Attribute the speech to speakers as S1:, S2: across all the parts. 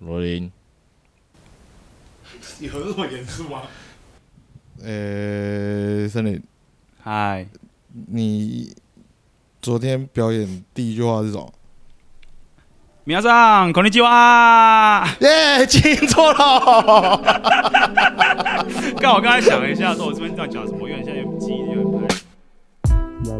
S1: 罗琳，
S2: 有这么严肃吗？
S3: 呃，森林，
S4: 嗨，
S3: 你昨天表演第一句话是什么？
S4: 皆さんこんにちは。
S3: 耶，记错了。
S4: 刚我刚才想了一下，说我这边要讲什么，我有点现在有点记忆有点不太。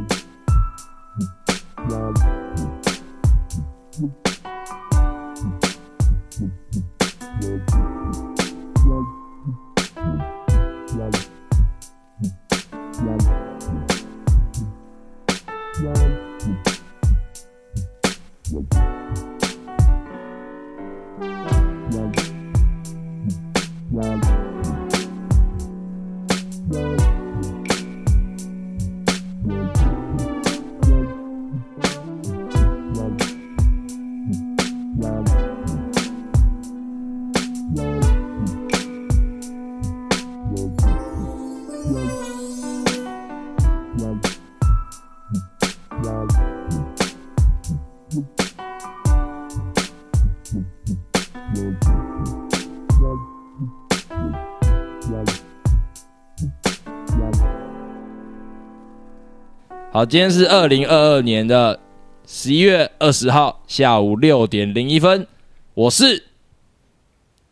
S1: 好，今天是二零二二年的十一月二十号下午六点零一分，我是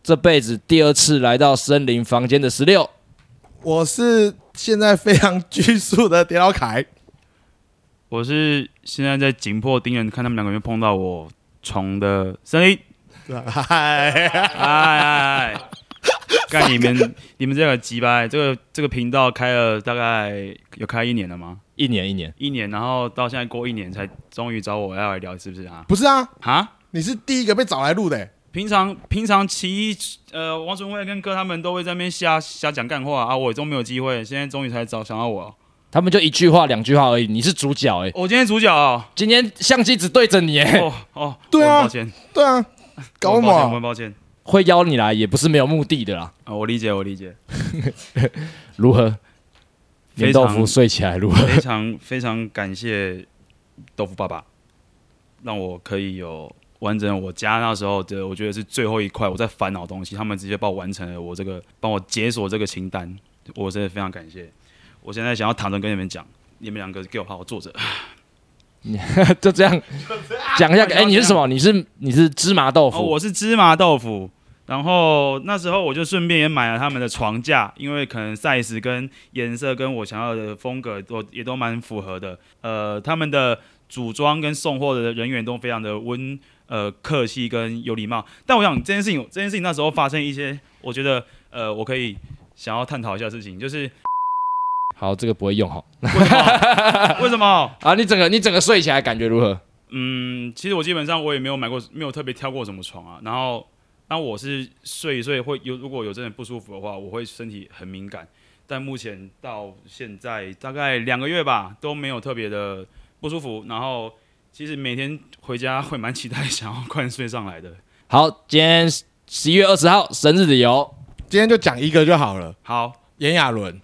S1: 这辈子第二次来到森林房间的十六。
S3: 我是现在非常拘束的点老凯。
S4: 我是现在在紧迫盯人，看他们两个有没有碰到我虫的森 林。
S3: 嗨，
S4: 哎，干你们 你们这个鸡掰，这个这个频道开了大概有开一年了吗？
S1: 一年一年，
S4: 一年，然后到现在过一年才终于找我要来聊，是不是啊？
S3: 不是啊，
S4: 啊？
S3: 你是第一个被找来录的、
S4: 平常平常其一，呃，王纯惠跟哥他们都会在那边瞎瞎讲干话啊，我都没有机会，现在终于才找想到我。
S1: 他们就一句话两句话而已，你是主角哎、
S4: 我今天主角哦，
S1: 今天相机只对着你哎、
S4: 哦哦，
S3: 对啊
S4: 我很抱歉，
S3: 对啊，搞什
S4: 我很抱歉我
S3: 么？
S4: 很抱歉，
S1: 会邀你来也不是没有目的的啦。
S4: 啊，我理解，我 理解，
S1: 如何？
S4: 非
S1: 粘
S4: 常
S1: 豆腐睡起来如何？
S4: 非常非常感谢豆腐爸爸，让我可以有完整我家那时候的，我觉得是最后一块我在烦恼的东西，他们直接帮我完成了我这个，帮我解锁这个清单，我真的非常感谢。我现在想要坦诚跟你们讲，你们两个给我好好坐着。
S1: 就这样 讲一下。哎、你是什么？你是你是芝麻豆腐？
S4: 哦，我是芝麻豆腐。然后那时候我就顺便也买了他们的床架，因为可能 size 跟颜色跟我想要的风格都也都蛮符合的。呃，他们的组装跟送货的人员都非常的温呃客气跟有礼貌。但我想这件事情，这件事情那时候发生一些，我觉得呃我可以想要探讨一下的事情，就是
S1: 好，这个不会用好
S4: 为什么？ 为什么？
S1: 啊。你整个你整个睡起来感觉如何？
S4: 嗯，其实我基本上我也没有买过，没有特别挑过什么床啊。然后，那我是睡一睡会有，如果有真的不舒服的话，我会身体很敏感。但目前到现在大概两个月吧，都没有特别的不舒服。然后，其实每天回家会蛮期待想要快点睡上来的。
S1: 好，今天十一月二十号生日的有
S3: 今天就讲一个就好了。
S4: 好，
S3: 炎亚 纶，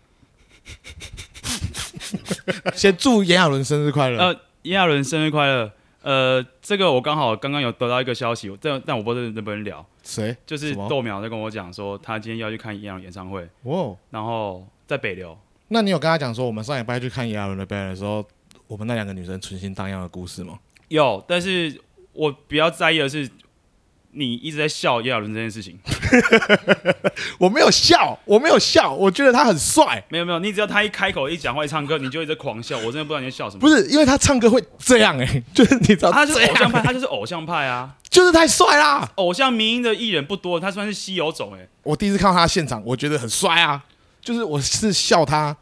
S3: 先祝炎亚纶生日快乐。
S4: 呃，炎亚纶生日快乐。呃，这个我刚好刚刚有得到一个消息，我但但我不知道能不能聊，
S3: 谁？
S4: 就是
S3: 什么
S4: 豆苗在跟我讲说，他今天要去看炎亚纶演唱会，
S3: 哦，
S4: 然后在北流。
S3: 那你有跟他讲说我们上礼拜去看炎亚纶的表演的时候，我们那两个女生存心荡漾的故事吗？
S4: 有，但是我比较在意的是，你一直在笑叶亚伦这件事情。
S3: 我没有笑，我没有笑，我觉得他很帅，
S4: 没有没有，你只要他一开口一讲话一唱歌，你就一直狂笑，我真的不知道你在笑什么。
S3: 不是因为他唱歌会这样哎、 就是你知道
S4: 他就是
S3: 这
S4: 偶像
S3: 样，
S4: 派，他就是偶像派啊！
S3: 就是太帅啦！
S4: 偶像民音的艺人不多，他算是稀有种哎、
S3: 我第一次看到他现场，我觉得很帅啊，就是我是笑他，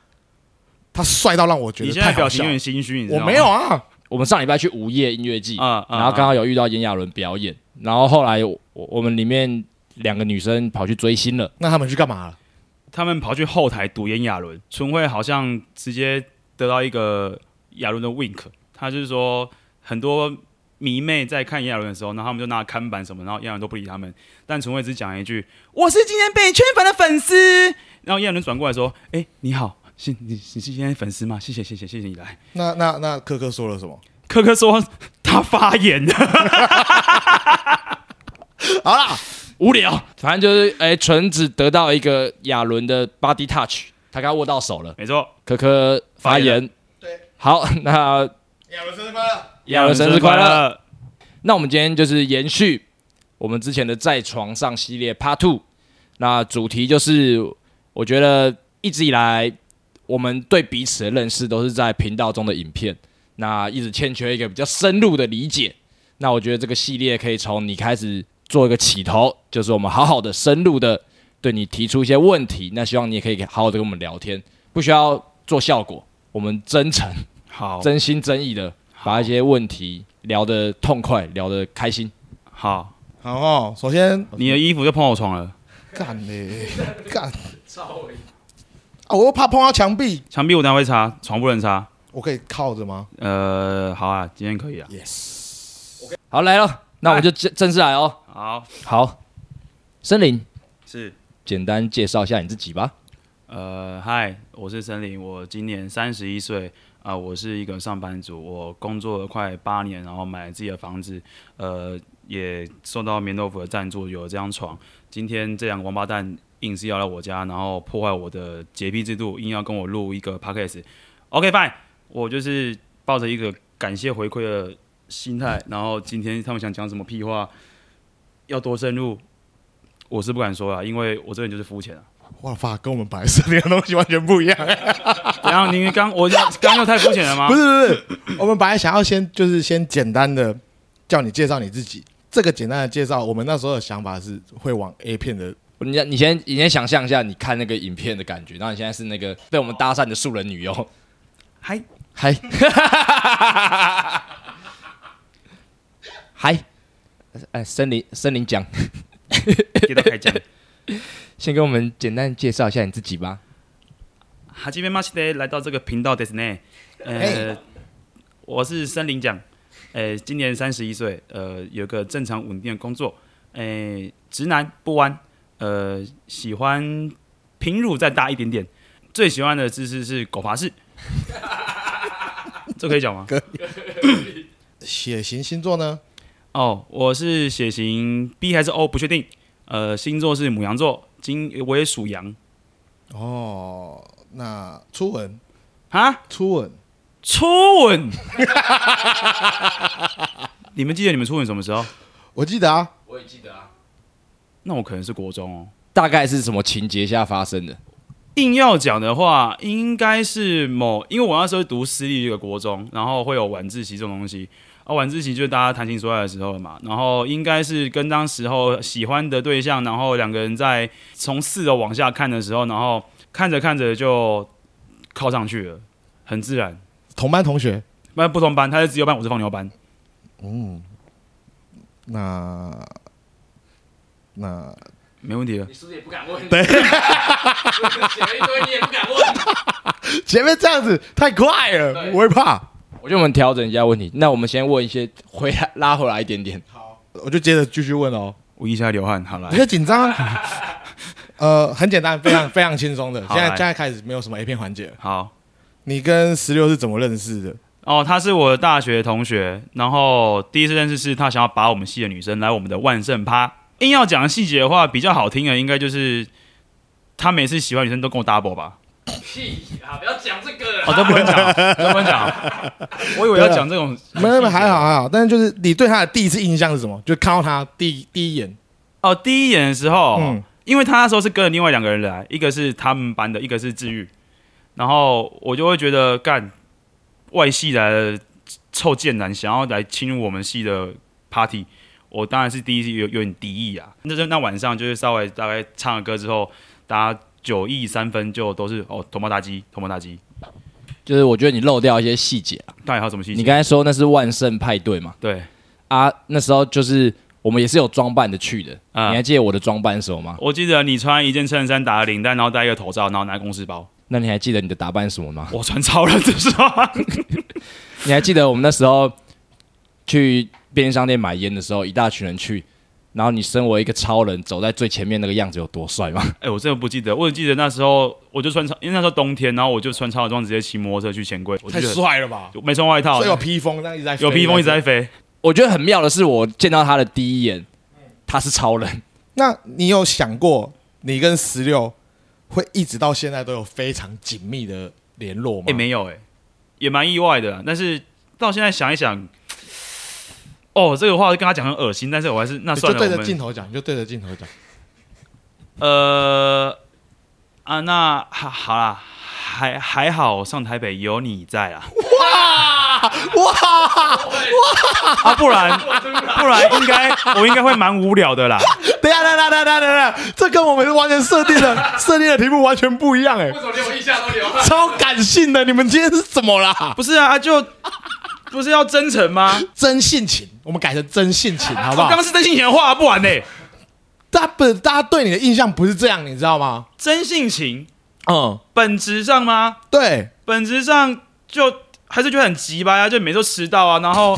S3: 他帅到让我觉
S4: 你
S3: 得
S4: 现在
S3: 太
S4: 表
S3: 好笑
S4: 情有。点心虚，你知
S3: 我
S4: 道吗？
S3: 没有啊，
S1: 我们上礼拜去午夜音乐季，
S4: 啊、嗯
S1: 然后刚好有遇到炎亚纶表演，然后后来我我们里面两个女生跑去追星了，
S3: 那他们去干嘛了？
S4: 他们跑去后台堵炎亚纶，纯惠好像直接得到一个亚纶的 wink，他就是说很多迷妹在看炎亚纶的时候，然后他们就拿看板什么，然后炎亚纶都不理他们，但纯惠只讲一句：“我是今天被圈粉的粉丝。”然后炎亚纶转过来说：“哎、你好，是你你是今天粉丝吗？谢谢谢谢谢谢你来。”
S3: 那那那科科说了什么？
S4: 科科说他发言了，
S3: 好啦，
S1: 无聊，反正就是哎，纯只得到一个亚伦的 body touch，他刚握到手了。
S4: 没错，
S1: 可可发言，
S3: 对，
S1: 好，那
S3: 亚伦生日快乐！
S1: 亚伦生日快乐。
S4: 乐！
S1: 那我们今天就是延续我们之前的在床上系列 Part Two，那主题就是我觉得一直以来我们对彼此的认识都是在频道中的影片，那一直欠缺一个比较深入的理解。那我觉得这个系列可以从你开始做一个起头，就是我们好好的、深入的对你提出一些问题。那希望你也可以好好的跟我们聊天，不需要做效果，我们真诚。
S4: 好，
S1: 真心真意的把一些问题聊得痛快，聊得开心。
S4: 好，
S3: 好哦，首先
S4: 你的衣服就碰我床了，
S3: 干嘞，干啊！我又怕碰到墙壁，
S4: 墙壁我等下会擦，床不能擦。
S3: 我可以靠着吗
S4: 呃，好啊，今天可以啊。
S3: ？Yes。
S1: 好，来咯，那我们就正正式来哦。
S4: 好，
S1: 好，森林，
S4: 是
S1: 简单介绍一下你自己吧。
S4: 呃，嗨，我是森林，我今年三十一岁啊、我是一个上班族，我工作了快八年，然后买了自己的房子，呃，也受到棉豆腐的赞助，有了这张床。今天这两个王八蛋硬是要来我家，然后破坏我的洁癖制度，硬要跟我录一个 podcast。OK fine，我就是抱着一个感谢回馈的心态，然后今天他们想讲什么屁话，要多深入，我是不敢说啦，因为我这个人就是肤浅啊。
S3: 哇发跟我们白色那个东西完全不一样。
S4: 然后您刚我刚又太肤浅了吗？
S3: 不是不是， 我们本来想要先就是先简单的叫你介绍你自己。这个简单的介绍，我们那时候的想法是会往 A 片的，
S1: 你先你先你先想象一下，你看那个影片的感觉，然后你现在是那个被我们搭讪的素人女优，
S4: 嗨，
S1: 嗨， 嗨，哎，森林森林讲，
S4: 给他开讲。
S1: 先跟我们简单介绍一下你自己吧。
S4: 哈基贝马西德来到这个频道的是呢，呃，我是森林奖，呃，今年三十一岁，呃，有个正常稳定的工作，呃，直男不弯，呃，喜欢平乳再大一点点，最喜欢的姿势是狗爬 式，这可以讲吗？
S3: 血型星座呢？
S4: 哦，我是血型 B 还是 O 不确定，呃，星座是母羊座，今我也属羊
S3: 哦，那初吻，
S4: 啊。
S3: 初吻，
S4: 初吻。你们记得你们初吻什么时候？
S3: 我记得啊，
S1: 我也记得啊。
S4: 那我可能是国中哦。
S1: 大概是什么情节下发生的？
S4: 硬要讲的话，应该是某，因为我那时候读私立一个国中，然后会有晚自习这种东西。啊，晚自习就是大家谈情说爱的时候了嘛。然后应该是跟当时候喜欢的对象，然后两个人在从四楼往下看的时候，然后看着看着就靠上去了，很自然。
S3: 同班同学。
S4: 那不同班，他是自由班，我是放牛班。
S3: 嗯，那那
S4: 没问题了。
S1: 你是不是也不敢问？ 对，写了一堆你也不敢问。
S3: 前面这样子太快了，
S1: 对
S3: 我会怕。
S1: 我觉得我们调整一下问题。那我们先问一些，回来拉回来一点点。
S3: 我就接着继续问哦，
S4: 我一下流汗，好来
S3: 不。要紧张。啊 呃，很简单，非常非常轻松的。
S4: 好
S3: 现在
S4: 来
S3: 现在开始没有什么 A 片环节了。
S4: 好，
S3: 你跟石榴是怎么认识的？
S4: 哦，他是我的大学同学，然后第一次认识是他想要把我们系的女生来我们的万圣趴。硬要讲细节的话，比较好听的应该就是他每次喜欢女生都跟我 double 吧。
S1: 屁啊！不要讲这个
S4: 哦，都不能讲，都不能 讲。我以为要讲这种，
S3: 没有没有，还好。还好。但是就是你对他的第一次印象是什么？就看到他第第一眼，
S4: 哦，第一眼的时候，
S3: 嗯，
S4: 因为他那时候是跟了另外两个人来，一个是他们班的，一个是治愈，然后我就会觉得干外系来的臭贱男想要来侵入我们系的 party，我当然是第一次有有点敌意啊。那就那晚上就是稍微大概唱了歌之后，大家九亿三分就都是哦同胞大鸡，同胞大鸡。
S1: 就是我觉得你漏掉一些细节啊。
S4: 到底还有什么细
S1: 你
S4: 节？
S1: 刚才说那是万圣派对嘛？
S4: 对
S1: 啊，那时候就是我们也是有装扮的去的。
S4: 啊
S1: 你还记得我的装扮是什么吗？
S4: 我记得你穿一件衬衫，打了领带，然后戴一个头罩，然后拿公事包。
S1: 那你还记得你的打扮是什么吗？
S4: 我穿超人的时候，
S1: 你还记得我们那时候去便利商店买烟的时候，一大群人去，然后你身为一个超人走在最前面那个样子有多帅吗？
S4: 哎、我真的不记得，我只记得那时候我就穿超，因为那时候冬天，然后我就穿超短装直接骑摩托车去钱柜，我就
S3: 太
S4: 觉得
S3: 帅了吧！
S4: 我没穿外套
S3: 哦所以，有披风，那一直在飞
S4: 有披风一直在。飞，
S1: 我觉得很妙的是，我见到他的第一眼，他是超人，
S3: 那你有想过，你跟十六会一直到现在都有非常紧密的联络吗？
S4: 也、没有哎、也蛮意外的啊。但是到现在想一想，哦，这个话跟他讲很恶心，但是我还是那
S3: 你
S4: 算
S3: 就
S4: 了，
S3: 对
S4: 我
S3: 着镜
S4: 们
S3: 头讲，你就对着镜头讲。
S4: 呃啊，那好好啦，还还好，上台北有你在啦。
S3: 哇！
S4: 啊，不 然不然应该我应该会蛮无聊的啦。
S3: 等一下，等一下，等一下，等一下，等一下这跟我们完全设定的 设定的题目完全不一样哎、
S1: 为什么连我一下都流汗？
S3: 超感性的。你们今天是怎么啦？
S4: 不是啊，啊就不是要真诚 吗？哦
S3: 真性情，我们改成真性情，好不
S4: 我刚
S3: 好
S4: 刚？是真性情的话，不然呢、
S3: 大家不，大家对你的印象不是这样，你知道吗？
S4: 真性情
S3: 嗯，
S4: 本质上吗？
S3: 对，
S4: 本质上就还是觉得很急吧、啊，就每次都迟到啊，然后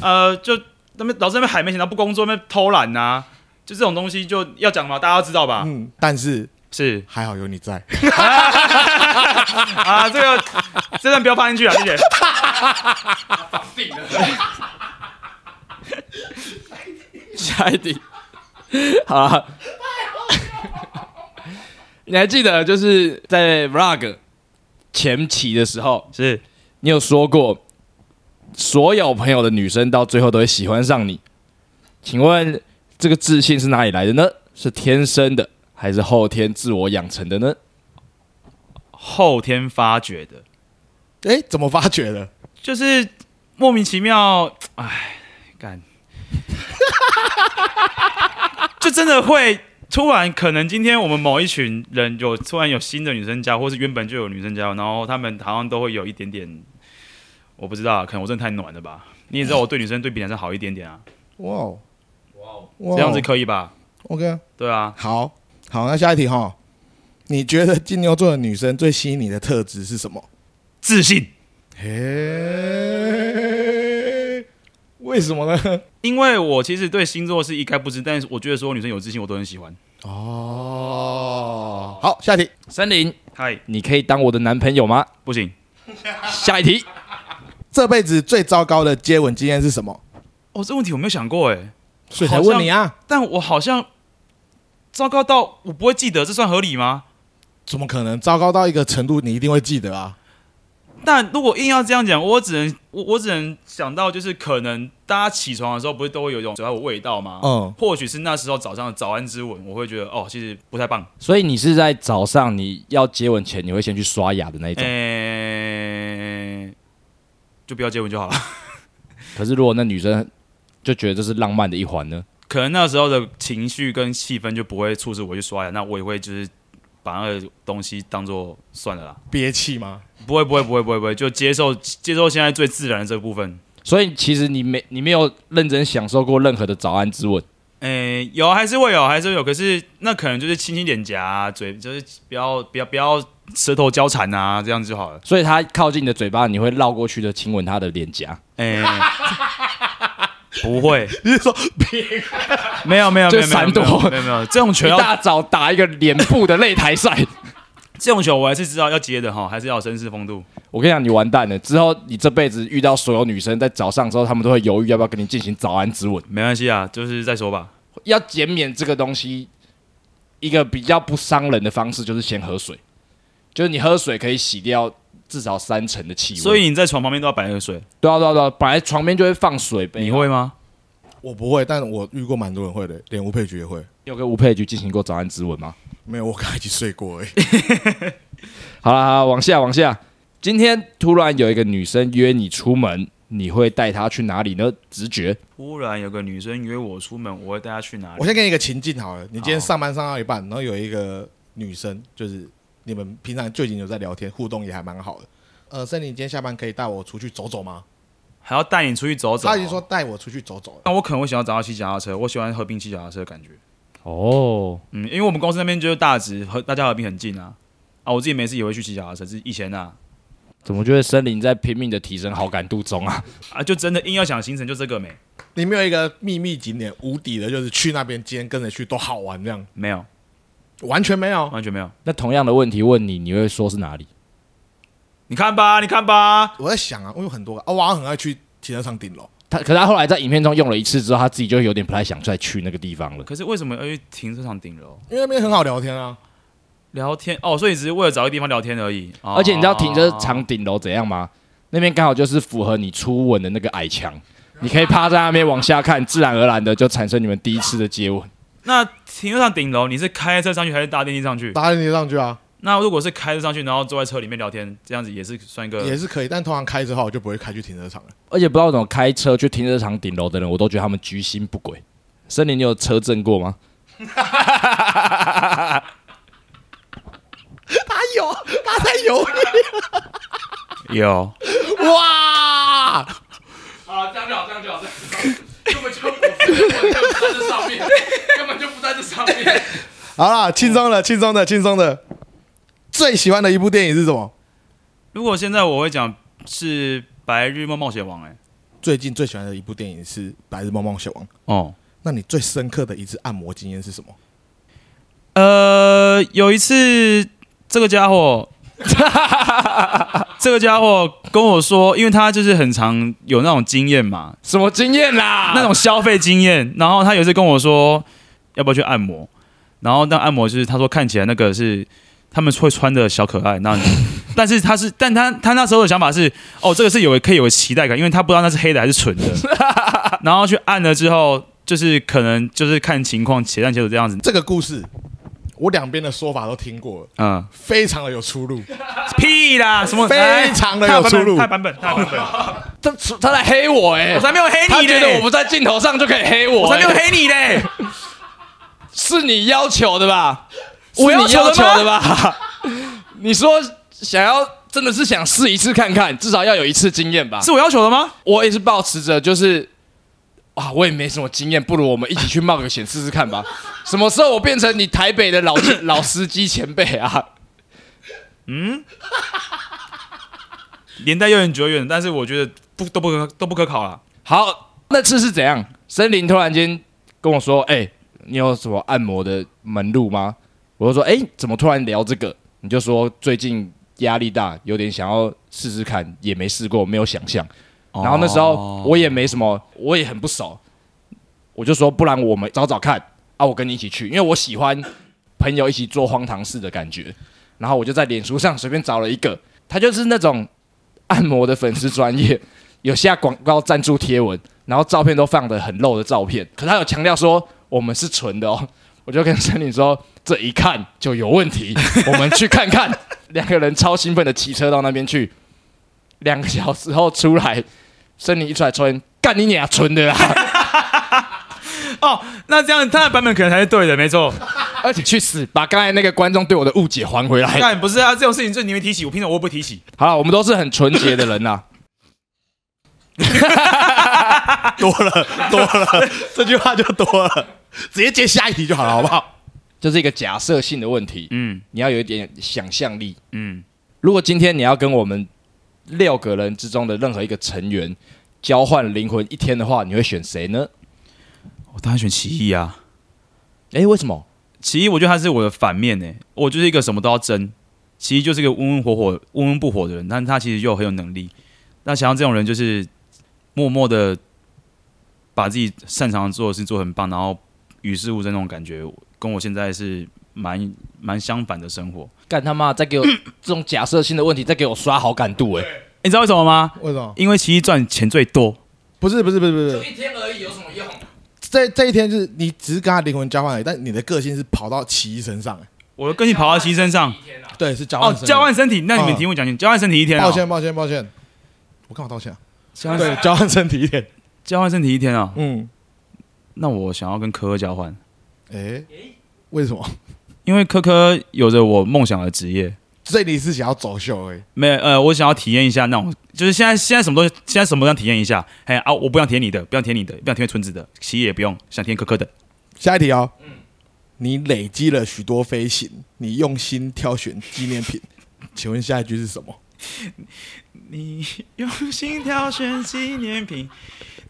S4: 呃，就那边老师那边还没想到不工作，那边偷懒呐、啊，就这种东西就要讲嘛，大家都知道吧？
S3: 嗯，但是
S4: 是
S3: 还好有你在。
S4: 啊，这个这段不要放进去啊，谢谢。
S1: 定了。下一题，好了。 你还记得就是在 vlog 前期的时候，
S4: 是
S1: 你有说过，所有朋友的女生到最后都会喜欢上你。请问这个自信是哪里来的呢？是天生的，还是后天自我养成的呢？
S4: 后天发掘的，
S3: 哎，怎么发觉的？
S4: 就是莫名其妙，哎，干， 就真的会突然，可能今天我们某一群人有突然有新的女生加入，或是原本就有女生加入，然后他们好像都会有一点点，我不知道啊，可能我真的太暖了吧？你也知道我对女生对比男生好一点点啊，
S3: 哇哦，哇哦
S4: 这样子可以吧？
S3: OK 啊。
S4: 对啊，
S3: 好好，那下一题哈，你觉得金牛座的女生最吸引你的特质是什么？
S4: 自信，
S3: 嘿，为什么呢？
S4: 因为我其实对星座是一概不知，但是我觉得所有女生有自信我都很喜欢。
S3: 哦，好，下一题，
S1: 森林，
S4: 嗨，
S1: 你可以当我的男朋友吗？
S4: 不行，
S1: 下一题，
S3: 这辈子最糟糕的接吻经验是什么？
S4: 哦，这问题我没有想过哎、
S3: 所以才问你啊，
S4: 但我好像糟糕到我不会记得，这算合理吗？
S3: 怎么可能糟糕到一个程度，你一定会记得啊？
S4: 但如果硬要这样讲，我只能我我只能想到，就是可能大家起床的时候不是都会有一种嘴巴有味道吗？
S3: 嗯，
S4: 或许是那时候早上的早安之吻，我会觉得哦，其实不太棒。
S1: 所以你是在早上你要接吻前，你会先去刷牙的那一
S4: 哎
S1: 种。
S4: 诶、就不要接吻就好了。
S1: 可是如果那女生就觉得这是浪漫的一环呢？
S4: 可能那时候的情绪跟气氛就不会促使我去刷牙，那我也会就是把那个东西当做算了啦。
S3: 憋气吗？
S4: 不会不会不会不会不会，就接受接受现在最自然的这个部分。
S1: 所以其实你没你没有认真享受过任何的早安之吻。
S4: 诶、有还是会有，还是会有，可是那可能就是亲亲脸颊、啊，嘴就是不要不要不要舌头交缠啊，这样就好了。
S1: 所以她靠近你的嘴巴，你会绕过去的亲吻她的脸颊。
S4: 诶、不会，
S3: 你是说憋
S4: 没有没有没
S1: 就
S4: 有没有
S1: 闪躲
S4: 没有没有没有这种球
S1: 一
S4: 要
S1: 大早打一个脸部的擂台 赛。
S4: 这种球我还是知道要接的哈，还是要有绅士风度。
S1: 我跟你讲，你完蛋了。之后你这辈子遇到所有女生，在早上之后，她们都会犹豫要不要跟你进行早安之吻。
S4: 没关系啊，就是再说吧。
S1: 要减免这个东西，一个比较不伤人的方式就是先喝水，就是你喝水可以洗掉至少三成的气味。
S4: 所以你在床旁边都要摆热水，
S1: 对啊对啊对啊，本来床边就会放水杯。
S4: 你会吗？
S3: 我不会，但我遇过蛮多人会的，连吴佩菊也会。
S1: 有跟吴佩菊进行过早安之吻吗？
S3: 没有，我跟他一起睡过而已。
S1: 好了，好啦往下往下。今天突然有一个女生约你出门，你会带她去哪里呢？直觉。
S4: 突然有个女生约我出门，我会带她去哪
S3: 我
S4: 里？
S3: 先给你一个情境好了，你今天
S4: 啊好
S3: 上班上到一半，然后有一个女生，就是你们平常最近有在聊天，互动也还蛮好的。呃，森林今天下班可以带我出去走走吗？
S4: 还要带你出去走走。
S3: 他已经说，带我出去走走了。
S4: 那我可能会想要找她骑脚踏车，我喜欢合并骑脚踏车的感觉。
S1: 哦，
S4: 嗯，因为我们公司那边就是大直和大家和平很近啊。啊，我自己每次也会去骑脚踏车，是以前啊
S1: 怎么觉得森林在拼命的提升好感度中啊？
S4: 啊，就真的硬要想行程就这个没
S3: 你们有一个秘密景点，无敌的，就是去那边，今天跟着去都好玩，这样
S4: 没有，
S3: 完全没有。
S4: 完全没有。
S1: 那同样的问题问你，你会说是哪里？
S4: 你看吧，你看吧，
S3: 我在想啊，我有很多个啊，我好像很爱去停车场顶楼，
S1: 他可是他后来在影片中用了一次之后，他自己就有点不太想再去那个地方了。
S4: 可是为什么要去停车场顶楼
S3: 因为那边很好聊天啊。
S4: 聊天？哦，所以只是为了找一个地方聊天而已。哦
S1: 而且你知道停车场顶楼怎样吗？那边刚好就是符合你初吻的那个矮墙，你可以趴在那边往下看，自然而然的就产生你们第一次的接吻。
S4: 那停车场顶楼，你是开车上去还是搭电梯上去？
S3: 搭电梯上去啊，
S4: 那如果是开车上去，然后坐在车里面聊天，这样子也是算一个
S3: 也是可以，但通常开车的话，我就不会开去停车场了。
S1: 而且不知道怎么开车去停车场顶楼的人，我都觉得他们居心不轨。森林，你有车震过吗？
S3: 他有，他在犹豫。
S4: 有。
S3: 哇，
S2: 啊，这样就好，这样就好， 这样就好根本就不在这上面，根本就不在这上面。
S3: 好啦，轻松了，轻松的，轻松的。最喜欢的一部电影是什么？
S4: 如果现在我会讲是《白日梦冒险王》哎，
S3: 最近最喜欢的一部电影是《白日梦冒险王》。
S4: 哦，
S3: 那你最深刻的一次按摩经验是什么？
S4: 呃，有一次这个家伙， 这个家伙跟我说，因为他就是很常有那种经验嘛，
S1: 什么经验啦？
S4: 那种消费经验。然后他有一次跟我说，要不要去按摩？然后那按摩就是他说看起来那个是他们会穿的小可爱，那你 但是他是，但他他那时候的想法是，哦，这个是有可以有期待感，因为他不知道那是黑的还是纯的。然后去按了之后，就是可能就是看情况且战且走这样子，
S3: 这个故事，我两边的说法都听过了，
S4: 嗯。
S3: 非常的有出入。
S4: 屁啦，什么
S3: 非常的有出入
S4: 太版本，太版本，
S1: 他他来黑我哎、
S4: 我才没有黑
S1: 他
S4: 你
S1: 觉得我
S4: 嘞，
S1: 不在镜头上就可以黑我、
S4: 我才没有
S1: 欸
S4: 黑你嘞，
S1: 是你要求的吧？是
S4: 我
S1: 你
S4: 要求的吗
S1: 要求的 吧？你说想要真的是想试一次看看，至少要有一次经验吧
S4: 是。我要求的吗？
S1: 我也是保持着就是。啊，我也没什么经验，不如我们一起去冒个险试试看吧。什么时候我变成你台北的老 老司机前辈啊？
S4: 年代有点久远，但是我觉得不都不可都不可考了。
S1: 好，那次是怎样？森林突然间跟我说：“哎、你有什么按摩的门路吗？”我就说：“哎、怎么突然聊这个？”你就说最近压力大，有点想要试试看，也没试过，没有想象。然后那时
S4: 哦
S1: 候我也没什么，我也很不熟，我就说：“不然我们找找看啊，我跟你一起去，因为我喜欢朋友一起做荒唐事的感觉。”然后我就在脸书上随便找了一个，他就是那种按摩的粉丝专业，有下广告赞助贴文，然后照片都放的很露的照片，可他有强调说我们是纯的哦。我就跟森林说，这一看就有问题，我们去看看。两个人超兴奋的骑车到那边去，两个小时后出来，森林一出来抽烟，干你俩纯的啊啦，
S4: 哦，那这样他的版本可能才是对的，没错。
S1: 而且去死，把刚才那个观众对我的误解还回来。
S4: 但不是啊，这种事情就你们提起，我平常我又不提起。
S1: 好了，我们都是很纯洁的人啊啦。
S3: 多了，多了， 这句话就多了，直接接下一题就好了，好不好？
S1: 这是一个假设性的问题，
S4: 嗯
S1: 你要有一点想象力。
S4: 嗯，
S1: 如果今天你要跟我们六个人之中的任何一个成员交换灵魂一天的话，你会选谁呢？
S4: 我当然选奇异啊，
S1: 诶，哎为什么？
S4: 奇异我觉得他是我的反面呢、欸我就是一个什么都要争，奇异就是一个温温火火、温温不火的人，但他其实又很有能力。那想像这种人，就是默默的把自己擅长做的事做很棒，然后与世无争那种感觉，跟我现在是蛮蛮相反的生活。
S1: 干他妈！再给我这种假设性的问题，再给我刷好感度哎诶，
S4: 你知道为什么吗？
S3: 为什么？
S4: 因为奇异赚钱最多。
S3: 不是，不是，不是，不是，
S1: 一天而已，有什么用？
S3: 这这一天就是你只是跟他灵魂交换而已，但你的个性是跑到奇异身上、欸，
S4: 我跟你跑到奇异身上
S3: 对，是交
S4: 哦
S3: 换，身
S4: 交换身体。那你们
S3: 嗯
S4: 题目讲清，交换身体一天啊、
S3: 抱歉，抱歉，抱歉，我干嘛道歉、啊？
S4: 交换
S3: 对，交换身体一点。
S4: 交换身体一天啊、
S3: 嗯，
S4: 那我想要跟科科交换，
S3: 哎、为什么？
S4: 因为科科有着我梦想的职业。
S3: 这里是想要走秀而已。
S4: 没有呃，我想要体验一下那种，就是现在现在什么东西，现在什么都想体验一下。哎啊，我不想体验你的，不想体验你的，不想体验村子的，奇异也不用，想体验科科的。
S3: 下一题哦，
S4: 嗯
S3: 你累积了许多飞行，你用心挑选纪念 品，请问下一句是什么？
S4: 你用心挑选纪念品，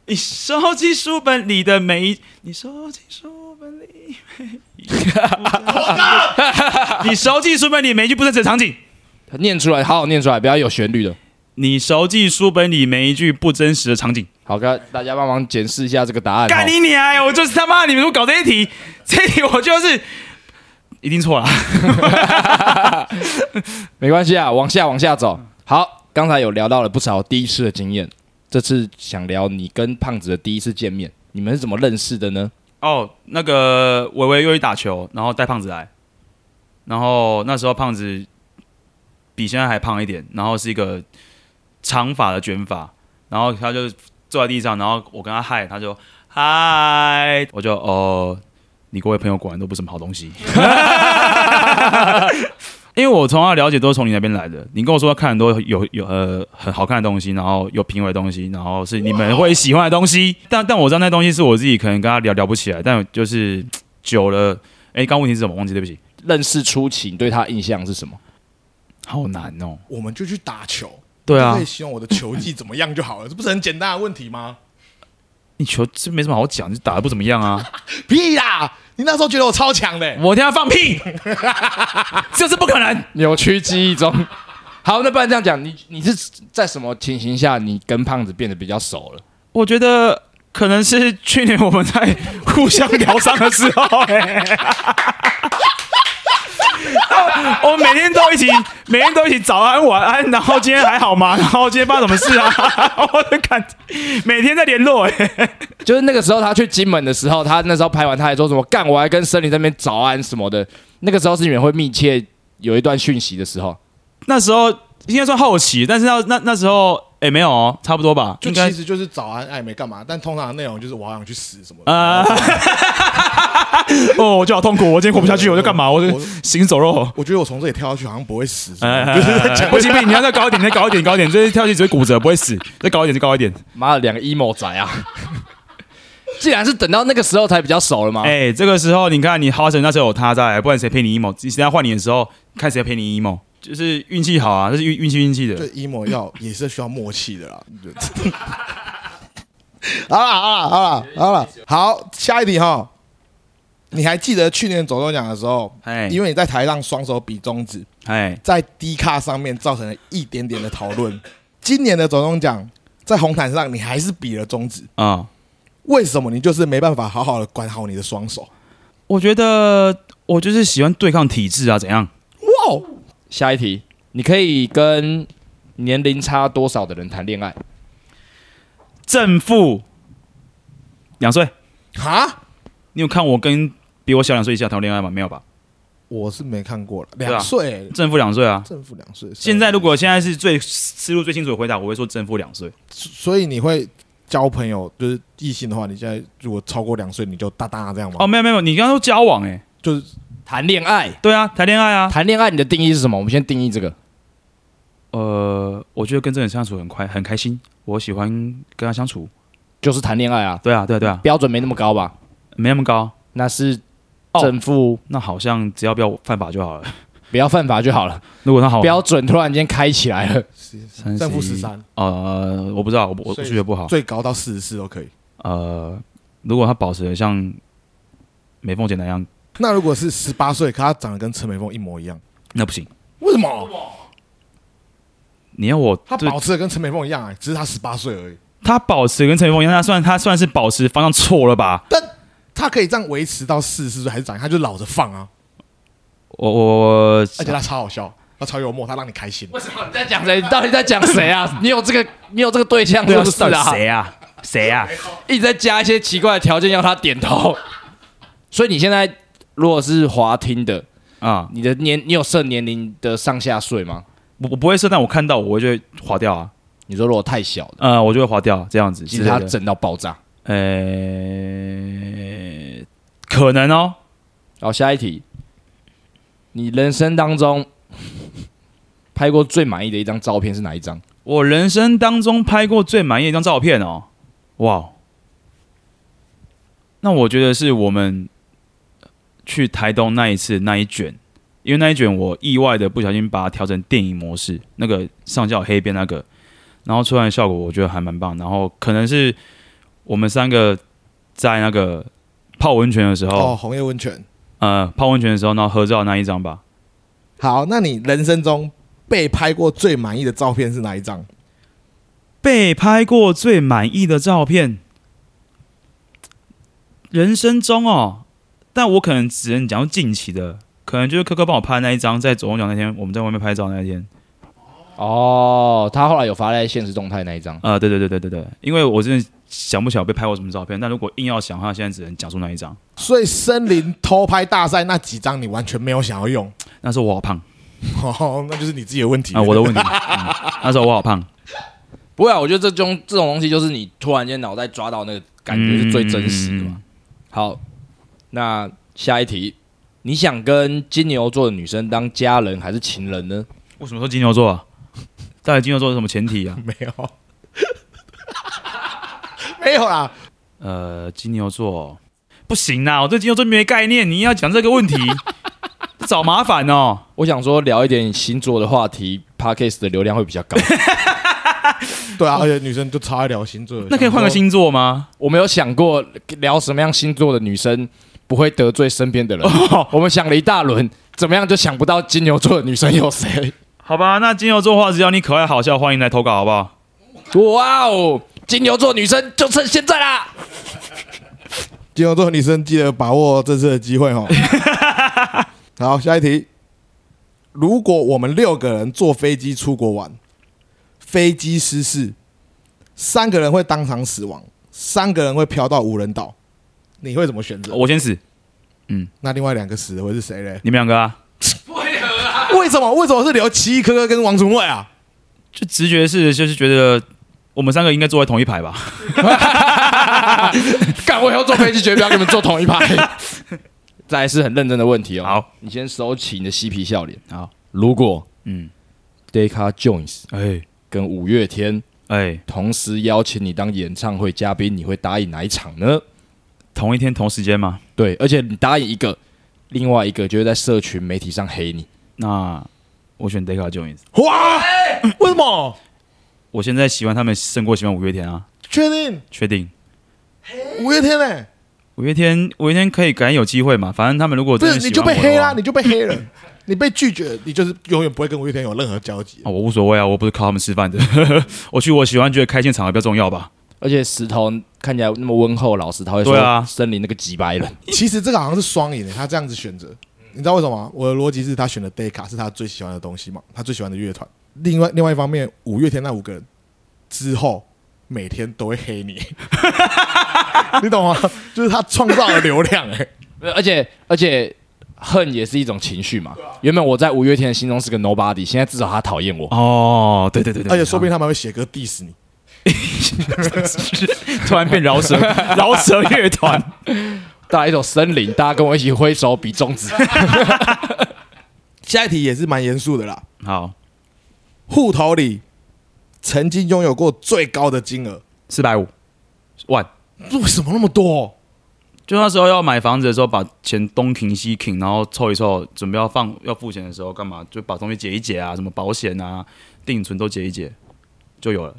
S4: 你收集书本里的每一，你收集书本里每一，你熟记书本里每一句不真实的场景，
S1: 念出来，好好念出来，不要有旋律的。
S4: 你熟记书本里每一句不真实的场景。
S1: 好，看大家帮忙检视一下这个答案。
S4: 干
S1: 好
S4: 你娘呀！我就是他妈的你们怎么搞这一题？这一题我就是一定错了。
S1: 没关系啊，往下往下走。好，刚才有聊到了不少第一次的经验，这次想聊你跟胖子的第一次见面，你们是怎么认识的呢？
S4: 哦，那个伟伟又去打球，然后带胖子来，然后那时候胖子比现在还胖一点，然后是一个长发的卷发，然后他就坐在地上，然后我跟他嗨，他就嗨，我就哦，你各位朋友果然都不是什么好东西，因为我从他了解都是从你那边来的，你跟我说看很多有有呃很好看的东西，然后有品味的东西，然后是你们会喜欢的东西，但但我知道那东西是我自己可能跟他聊聊不起来，但就是久了，哎，刚问题是什么忘记，对不起，
S1: 认识初期你对他印象是什么？
S4: 好难哦，
S3: 我们就去打球。
S4: 对啊
S3: 可以，形容我的球技怎么样就好了，这不是很简单的问题吗？
S4: 你球这没什么好讲，就打的不怎么样啊，
S3: 屁啦！你那时候觉得我超强的、
S4: 我听他放 屁，这是不可能，
S1: 扭曲记忆中。好，那不然这样讲，你你是在什么情形下你跟胖子变得比较熟了？
S4: 我觉得。可能是去年我们在互相疗伤的时候、哎 我每天都一起，每天都一起早安晚安，然后今天还好吗？然后今天发生什么事啊？ 我就感每天在联络、哎，
S1: 就是那个时候他去金门的时候，他那时候拍完他还说什么干，我还跟森林那边早安什么的。那个时候是你们会密切有一段讯息的时候，
S4: 那时候应该算后期，但是那那那时候哎、没有哦，差不多吧，
S3: 就
S4: 应
S3: 其
S4: 该
S3: 实就是早安暧昧干嘛，但通常的内容就是我好想去死什么的。
S4: 啊， 哦，我就好痛苦，我今天活不下去，我就干嘛？我就
S3: 我
S4: 行走肉。
S3: 我觉得我从这里跳下去好像不会死，
S4: 哎哎哎
S3: 就是在
S4: 哎哎
S3: 讲
S4: 不行不行，你要再高一点，再高一点，高一点，就是跳下去只会骨折，不会死。再高一点，再高一点。
S1: 妈的两个 emo 仔啊！ 既然是等到那个时候才比较熟了吗？
S4: 哎、这个时候你看，你好险那时候有他在，不然谁陪你 emo？现在换你的时候，看谁陪你 emo，就是运气好啊，这是运运气运气
S3: 对
S4: 的。
S3: emo 要也是需要默契的啦。对 好啦好啦好啦好啦，好，下一题哈。你还记得去年走中奖的时候，
S4: 哎
S3: 因为你在台上双手比中指，
S4: 哎，
S3: 在 D 卡上面造成了一点点的讨论。今年的总统奖在红毯上，你还是比了中指，
S4: 啊、
S3: 为什么你就是没办法好好的管好你的双手？
S4: 我觉得我就是喜欢对抗体制啊，怎样？
S3: 哇哦，
S1: 下一题，你可以跟年龄差多少的人谈恋爱？
S4: 正负两岁，
S3: 哈，
S4: 你有看我跟比我小两岁以下谈过恋爱吗？没有吧？
S3: 我是没看过了，
S4: 啊
S3: 两岁、
S4: 正负两岁啊。
S3: 正负两岁。
S4: 现在如果现在是最思路最清楚的回答，我会说正负两岁。
S3: 所以你会交朋友，就是异性的话，你现在如果超过两岁，你就大大这样吗？
S4: 哦，没有没有，没有你刚刚说交往哎、
S3: 就是
S1: 谈恋爱，
S4: 对啊，谈恋爱啊。
S1: 谈恋爱你的定义是什么？我们先定义这个。
S4: 呃，我觉得跟这个人相处很快很开心，我喜欢跟他相处。
S1: 就是谈恋爱啊，
S4: 对啊，对啊，对啊，
S1: 标准没那么高吧？
S4: 没那么高。
S1: 那是
S4: 哦
S1: 正负，
S4: 那好像只要不要犯法就好了。
S1: 不要犯法就好了。
S4: 如果他好
S1: 标准突然间开起来了，
S4: 三
S3: 正负十
S4: 十一哦
S3: 三，
S4: 呃，我不知道，我我我
S3: 所以
S4: 数学不好。
S3: 最高到四十四都可以。
S4: 呃，如果他保持的像美凤姐那样，
S3: 那如果是十八岁，可他长得跟陈美凤一模一样，
S4: 那不行。
S3: 为什么？
S4: 你要我
S3: 他
S4: 对
S3: 保持的跟陈美凤一样、欸，只是他十八岁而已。
S4: 他保持跟陈宇峰一样，他算他算是保持方向错了吧？
S3: 他可以这样维持到四十岁还是长，他就老着放啊，
S4: 我我我
S3: 而且他超好笑，他超幽默，他让你开心。
S2: 为什么你在
S1: 在讲谁？你到底在讲谁啊？你有这个，你有这个对象
S4: 对
S1: 是
S4: 啊，
S1: 不是
S4: 到底
S1: 啊？
S4: 谁啊？谁啊？
S1: 一直在加一些奇怪的条件要他点头。所以你现在如果是滑听的，
S4: 啊、
S1: 你的年，你有设年龄的上下岁吗？
S4: 我我不会设，但我看到我会就会划掉啊，
S1: 你说如果太小的，
S4: 呃，我就会划掉这样子
S1: 其
S4: 之
S1: 实
S4: 类
S1: 他
S4: 的。
S1: 整到爆炸。
S4: 呃，可能哦，
S1: 好，下一题，你人生当中拍过最满意的一张照片是哪一张？
S4: 我人生当中拍过最满意的一张照片哦，哇！那我觉得是我们去台东那一次那一卷，因为那一卷我意外的不小心把它调成电影模式，那个上下有黑边那个，然后出来的效果我觉得还蛮棒。然后可能是我们三个在那个泡温泉的时候，
S3: 哦，红叶温泉。
S4: 呃，泡温泉的时候，然后合照的那一张吧。
S3: 好，那你人生中被拍过最满意的照片是哪一张？
S4: 被拍过最满意的照片，人生中哦，但我可能只能讲近期的，可能就是科科帮我拍的那一张，在左红角那天，我们在外面拍照那一天。
S1: 哦，他后来有发在现实动态那一张，
S4: 啊、对对对对对对，因为我真的想不起来我被拍过什么照片，但如果硬要想的话，现在只能讲出那一张。
S3: 所以森林偷拍大赛那几张你完全没有想要用，
S4: 那时候我好胖
S3: 哦，那就是你自己的问题
S4: 啊，我的 问题、嗯那时候我好胖，
S1: 不会啊，我觉得这种这种东西就是你突然间脑袋抓到那个感觉是最真实的嘛。
S4: 嗯
S1: 好，那下一题，你想跟金牛座的女生当家人还是情人呢？
S4: 为什么说金牛座啊？到底金牛座是什么前提啊？
S3: 没有， 没有啦，
S4: 呃，金牛座不行啊啦，我对金牛座没概念，你要讲这个问题， 找麻烦哦。
S1: 我想说聊一点星座的话题 p a d k a s 的流量会比较高。
S3: 对啊，而且女生就超爱聊星座的，
S4: 哦那可以换个
S3: 星，
S4: 星座吗？
S1: 我没有想过聊什么样星座的女生不会得罪身边的人，我们想了一大轮，怎么样就想不到金牛座的女生有谁。
S4: 好吧，那金牛座的话，只要你可爱好笑，欢迎来投稿，好不好？
S1: 哇哦，金牛座女生就趁现在啦！
S3: 金牛座女生记得把握这次的机 会哦。好，下一题，如果我们六个人坐飞机出国玩，飞机失事，三个人会当场死亡，三个人会飘到无人岛，你会怎么选择？
S4: 我先死，
S3: 那另外两个死的会是谁嘞？
S4: 你们两个啊，
S2: 为何啊？
S3: 为什么？为什么是留奇异科科跟王祖蔚啊？
S4: 就直觉是就是觉得我们三个应该坐在同一排吧。
S1: 干，我以后坐飞机绝对不要跟你们坐同一排。再来是很认真的问题哦。
S4: 好，
S1: 你先收起你的嬉皮笑脸。
S4: 好，
S1: 如果
S4: 嗯，
S1: Deca Jones
S4: 哎
S1: 跟五月天
S4: 哎，
S1: 同时邀请你当演唱会嘉宾，你会答应哪一场呢？
S4: 同一天同时间嘛，
S1: 对，而且你答应一个，另外一个就会在社群媒体上黑你。
S4: 那我选 Deca Jones。
S3: 哇，为什么？
S4: 我现在喜欢他们胜过喜欢五月天啊，
S3: 确定
S4: 确定。
S3: 五月天呢、
S4: 五月天，五月天可以改天有机会嘛？反正他们如果
S3: 不
S4: 真
S3: 是
S4: 的喜
S3: 你
S4: 欢
S3: 就被
S4: 我的
S3: 黑
S4: 话
S3: 啦，你就被黑了， 你被拒绝，你就是永远不会跟五月天有任何交集
S4: 啊，。我无所谓啊，我不是靠他们吃饭的， 我去我喜欢觉得开现场还比较重要吧。
S1: 而且石头看起来那么温厚老实，他会说
S4: 对啊
S1: 森林那个几百人。
S3: 其实这个好像是双赢的，欸他这样子选择，你知道为什么吗？我的逻辑是他选的 Dayca 是他最喜欢的东西嘛，他最喜欢的乐团。另外另外一方面，五月天那五个人之后每天都会黑 你，你懂吗？就是他创造了流量哎、
S1: 没有而且而且恨也是一种情绪嘛。
S4: 啊
S1: 原本我在五月天的心中是个 nobody，现在至少他讨厌我。
S4: 哦，对对对对，
S3: 而且哎说不定他们会写歌 diss 你。
S4: 定突然变饶 舌饶舌乐团。
S1: 带来一首《森林》，大家跟我一起挥手比 中指。
S3: 下一题也是蛮严肃的啦，
S4: 好，
S3: 户头里曾经拥有过最高的金额，
S4: 四百五万，
S3: 为什么那么多？
S4: 就那时候要买房子的时候，把钱东停西停，然后凑一凑，准备要放要付钱的时候，干嘛就把东西解一解啊，什么保险啊、定存都解一解，就有了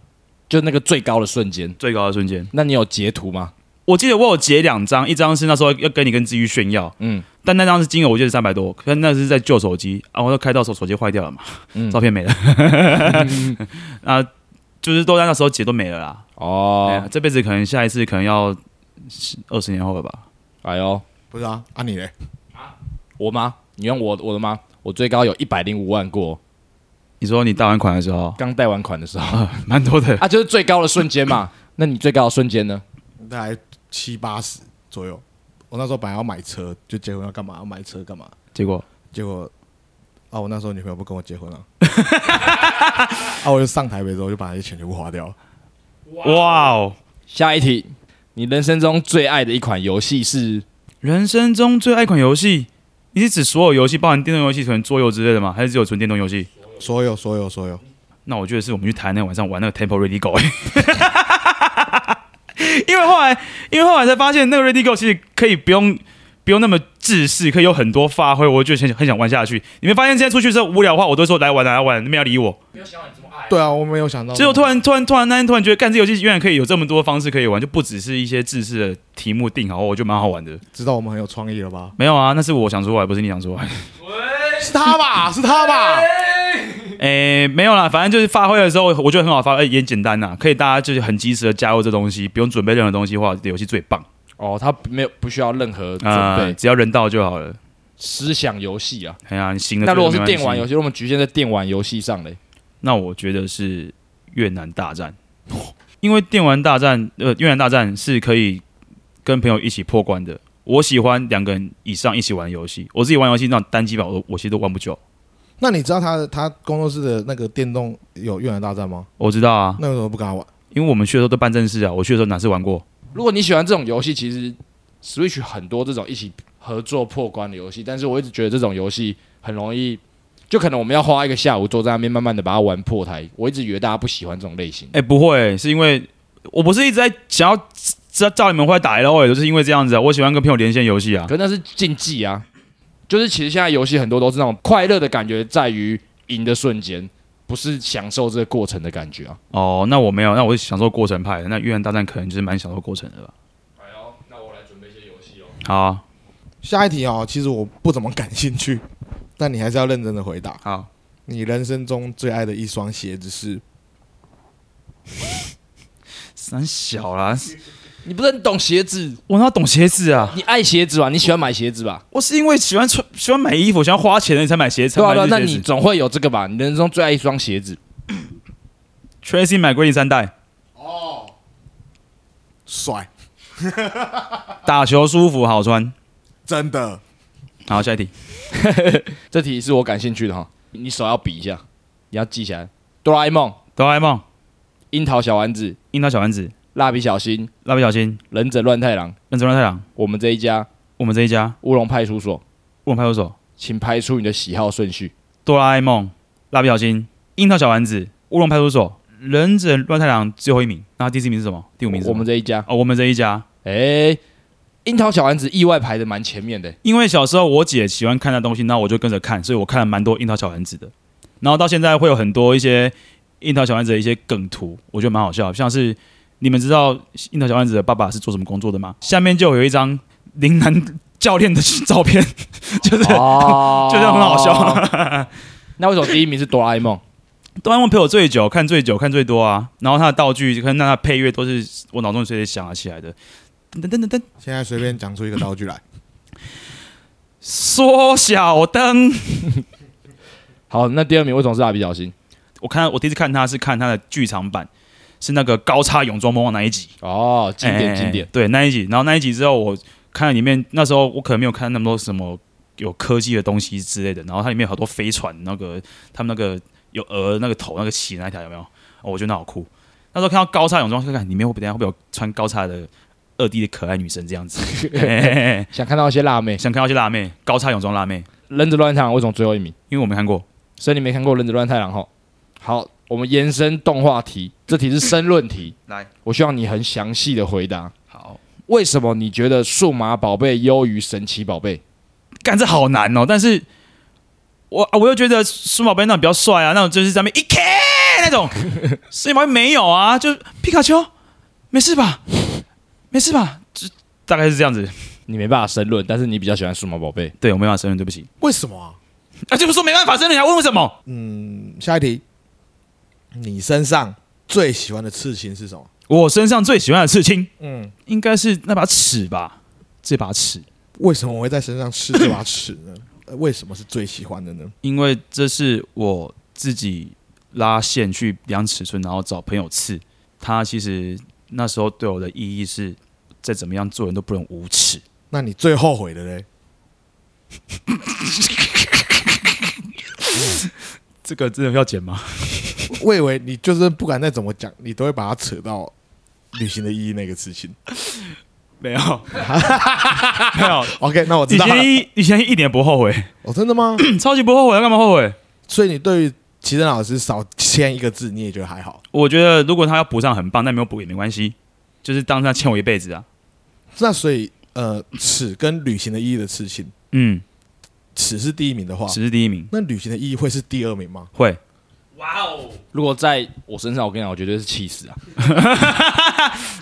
S1: 就那个最高的瞬间，
S4: 最高的瞬间。
S1: 那你有截图吗？
S4: 我记得我有截两张，一张是那时候要跟你跟志玉炫耀，
S1: 嗯
S4: 嗯，但那张是金额我记得三百多，可是那是在旧手机啊，我都开到手手机坏掉了嘛， 照片没了，啊，就是都在那时候截都没了啦。
S1: 哦，
S4: 哎呀这辈子可能下一次可能要二十年后了吧？
S1: 哎呦，
S3: 不是啊，啊你嘞？
S1: 我吗？你用我我的吗？我最高有一百零五万过，
S4: 你说你贷完款的时候， 呃
S1: 刚贷完款的时候
S4: 蛮多的，
S1: 啊，就是最高的瞬间嘛。 那你最高的瞬间呢？
S3: 大概七八十左右。我那时候本来要买车，就结婚要干嘛？要买车干嘛？
S4: 结果
S3: 结果啊，我那时候女朋友不跟我结婚了， 啊，我就上台北之后就把那些钱全部花掉了。
S4: 哇哦，
S1: 下一题，你人生中最爱的一款游戏是？
S4: 人生中最爱一款游戏，你是指所有游戏，包含电动游戏、纯桌游之类的吗？还是只有纯电动游戏？
S3: 所有所有所有，
S4: 那我觉得是我们去台南晚上玩那个 Temple Ready Go，因为后来，因为后来才发现那个 Ready Go 其实可以不用不用那么制式，可以有很多发挥，我就很想很想玩下去。你们发现现在出去之后无聊的话，我都说来玩来玩，你们要理我。
S3: 对啊，我没有想到。
S4: 结果突然突然突然那天突然觉得，干这游戏居然可以有这么多方式可以玩，就不只是一些制式的题目定好，哦我觉得蛮好玩的。
S3: 知道我们很有创意了吧？
S4: 没有啊，那是我想出来，不是你想出来。
S3: 是他吧？是他吧？
S4: 哎、诶、没有啦，反正就是发挥的时候，我觉得很好发挥，也简单呐，可以大家就是很及时的加入这东西，不用准备任何东西的话，这游戏最棒
S1: 哦，他没有不需要任何准
S4: 啊、
S1: 备，
S4: 只要人到就好了。
S1: 思想游戏啊。
S4: 哎呀，你行的。
S1: 那如果是电玩游
S4: 戏，
S1: 戏，如果我们局限在电玩游戏上嘞，
S4: 那我觉得是越南大战，因为电玩大战，呃，越南大战是可以跟朋友一起破关的。我喜欢两个人以上一起玩游戏，我自己玩游戏那种单机版，我我其实都玩不久。
S3: 那你知道他他工作室的那个电动有越南大战吗？
S4: 我知道啊，
S3: 那为什么不跟他玩？
S4: 因为我们去的时候都办正事啊，我去的时候哪次玩过？
S1: 如果你喜欢这种游戏，其实 Switch 很多这种一起合作破关的游戏，但是我一直觉得这种游戏很容易，就可能我们要花一个下午坐在那边慢慢的把它玩破台。我一直以为大家不喜欢这种类型。
S4: 哎、不会、是因为我不是一直在想要知照你们会打 L O，就是因为这样子啊。我喜欢跟朋友连线游戏啊。
S1: 可那是竞技啊，就是其实现在游戏很多都是那种快乐的感觉，在于赢的瞬间，不是享受这个过程的感觉啊。
S4: 哦，那我没有，那我是享受过程派的。那越南大战可能就是蛮享受过程的吧。好啊，
S3: 下一题哦，其实我不怎么感兴趣，但你还是要认真的回答。
S4: 好，
S3: 你人生中最爱的一双鞋子是？
S4: 三小啦，
S1: 你不是很懂鞋子，
S4: 我哪懂鞋子啊？
S1: 你爱鞋子吧？你喜欢买鞋子吧？
S4: 我是因为喜欢穿、喜欢买衣服、喜欢花钱的才买鞋，才
S1: 对啊，
S4: 买
S1: 对啊
S4: 这
S1: 那
S4: 些
S1: 你
S4: 鞋子。
S1: 总会有这个吧？你人生中最爱一双鞋子，
S4: Tracy 买龟梨三代，
S3: 帅，
S4: 打球舒服好穿。
S3: 真的。
S4: 好，下一题。
S1: 这题是我感兴趣的哈，你手要比一下，你要记起来。哆啦 A 梦、
S4: 哆啦 A 梦、
S1: 樱桃小丸子、
S4: 樱桃小丸子、
S1: 蜡笔小新、
S4: 蜡笔小新、
S1: 忍者乱太郎，
S4: 忍者乱太郎，
S1: 我们这一家
S4: 我们这一家
S1: 乌龙派出所，
S4: 乌龙派出所。
S1: 请排出你的喜好顺序。
S4: 哆啦 A 梦、蜡笔小新、樱桃小丸子、乌龙派出所、忍者乱太郎最后一名，那第四名是什么？第五名是什
S1: 我
S4: 么
S1: 们这一家，
S4: 哦，我们这一家，
S1: 哎，樱桃小丸子意外排的蛮前 面的。
S4: 因为小时候我姐喜欢看那东西，那我就跟着看，所以我看了蛮多樱桃小丸子的。然后到现在会有很多一些樱桃小丸子的一些梗图，我觉得蛮好笑的，像是你们知道樱桃小丸子的爸爸是做什么工作的吗？下面就有一张林南教练的照片， 就是、
S1: 哦
S4: 就是很好笑。
S1: 那为什么第一名是哆啦 A 梦？
S4: 哆啦 A 梦陪我最久，看最久，看最多啊。然后他的道具跟那他的配乐都是我脑中随时想了起来的。噔噔噔噔噔，
S3: 现在随便讲出一个道具来，
S4: 缩小灯。
S1: 好，那第二名为什么是蜡笔小新？
S4: 我看我第一次看他是看他的剧场版，是那个高叉泳装魔王那一集，
S1: 哦，经典经
S4: 哎
S1: 典。
S4: 对那一集。然后那一集之后，我看了里面那时候我可能没有看那么多什么有科技的东西之类的。然后它里面有好多飞船，那个他们那个有鹅那个头那个鳍那一条有没有？哦，我觉得那好酷。那时候看到高叉泳装，看看里面会不会等一下会不会有穿高叉的二 D 的可爱女生这样子？嘿嘿嘿嘿
S1: 想看到一些辣妹，
S4: 想看到一些辣妹，高叉泳装辣妹，
S1: 忍者乱太郎为什么最后一名？
S4: 因为我没看过。。
S1: 所以你没看过忍者乱太郎吼。好，我们延伸动画题，这题是申论题
S4: 来，
S1: 我希望你很详细的回答，
S4: 好，
S1: 为什么你觉得数码宝贝优于神奇宝贝？
S4: 干这好难哦，但是我啊我又觉得数码宝贝那种比较帅啊，那种就是在那边一 K 那种，数码宝贝没有啊，就皮卡丘，没事吧？没事吧？就大概是这样子。
S1: 你没办法申论，但是你比较喜欢数码宝贝。
S4: 对我没办法胜任，对不起。
S3: 为什么啊？
S4: 啊，就是说没办法胜任，你还问为什么？
S3: 嗯，下一题，你身上最喜欢的刺青是什么？
S4: 我身上最喜欢的刺青
S3: 嗯，
S4: 应该是那把尺吧，这把尺，
S3: 为什么我会在身上吃这把尺 呢？呃为什么是最喜欢的呢？
S4: 因为这是我自己拉线去量尺寸，然后找朋友刺。他其实那时候对我的意义是，再怎么样做人都不能无耻。
S3: 那你最后悔的嘞？
S4: 这个真的要剪吗？
S3: 我以为你就是不管再怎么讲，你都会把它扯到旅行的意义那个事情。
S4: 没有，没有。
S3: OK，那我知
S4: 以
S3: 道了。
S4: 前以前一点不后悔，
S3: 哦，真的吗？
S4: 嗯超级不后悔，要干嘛后悔？
S3: 所以你对于齐真老师少签一个字，你也觉得还好？
S4: 我觉得如果他要补上很棒，但没有补也没关系，就是当他欠我一辈子啊。
S3: 那所以呃，尺跟旅行的意义的事情，
S4: 嗯，
S3: 尺是第一名的话，
S4: 只是第一名，
S3: 那旅行的意义会是第二名吗？
S4: 会
S2: 哇哦，
S1: 如果在我身上，我跟你讲，我绝对是气死啊！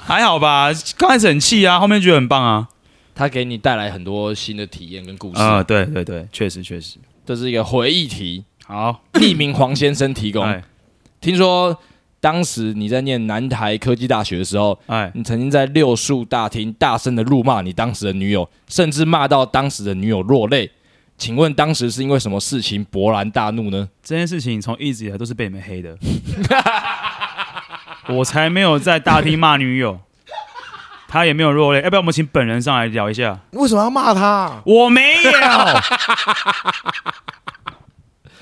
S4: 还好吧？刚开始很气啊，后面觉得很棒啊。呃
S1: 它给你带来很多新的体验跟故事。
S4: 啊、对对对，确实确实。
S1: 这是一个回忆题。
S4: 好，
S1: 匿名黄先生提供。
S4: 哎
S1: 听说当时你在念南台科技大学的时候，
S4: 哎，
S1: 你曾经在六树大厅大声的怒骂你当时的女友，甚至骂到当时的女友落泪。请问当时是因为什么事情勃然大怒呢？
S4: 这件事情从一直以来都是被你们黑的， 我才没有在大厅骂女友，他也没有落泪。要不要我们请本人上来聊一下？
S3: 为什么要骂他？
S4: 我没有，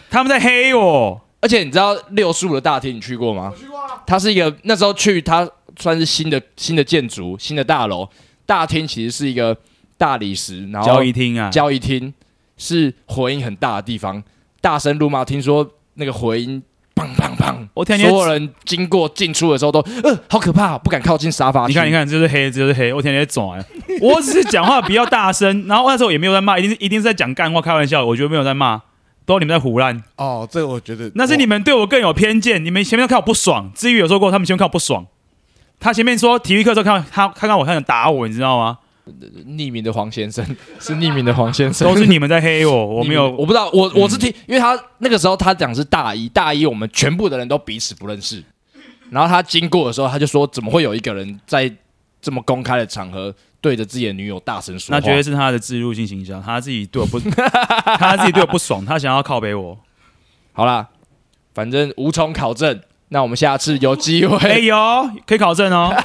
S4: 他们在黑我。
S1: 而且你知道六树的大厅你去过吗？
S3: 去过啊，
S1: 它是一个那时候去，它算是新的新的建筑、新的大楼。大厅其实是一个大理石，然后
S4: 交易厅啊，
S1: 交易厅是回音很大的地方，大声怒骂。听说那个回音，砰砰砰，
S4: 我天天
S1: 所有人经过进出的时候都，呃，好可怕，不敢靠近沙发区。
S4: 你看，你看，这就是黑，这就是黑。我天天在转，我只是讲话比较大声，然后那时候也没有在骂，一定是一定是在讲干话、开玩笑。我觉得没有在骂，都你们在胡乱。
S3: 哦，这个我觉得
S4: 那是你们对我更有偏见，你们前面都看我不爽。至于有说过，他们前面看我不爽，他前面说体育课的时候看他看看我，他想打我，你知道吗？
S1: 匿名的黄先生 是匿名的黄先生，
S4: 都是你们在黑我， 我没
S1: 匿名我
S4: 有。嗯
S1: 不知道，我我是听，因为他那个时候他讲是大一，大一我们全部的人都彼此不认识，然后他经过的时候，他就说怎么会有一个人在这么公开的场合对着自己的女友大声说
S4: 那
S1: 话？
S4: 绝对是他的自入性形象，他自己对我不， 他自己对我不爽，他想要靠背我。
S1: 好啦，反正无从考证。那我们下次有机会，
S4: 哎呦，可以考证哦，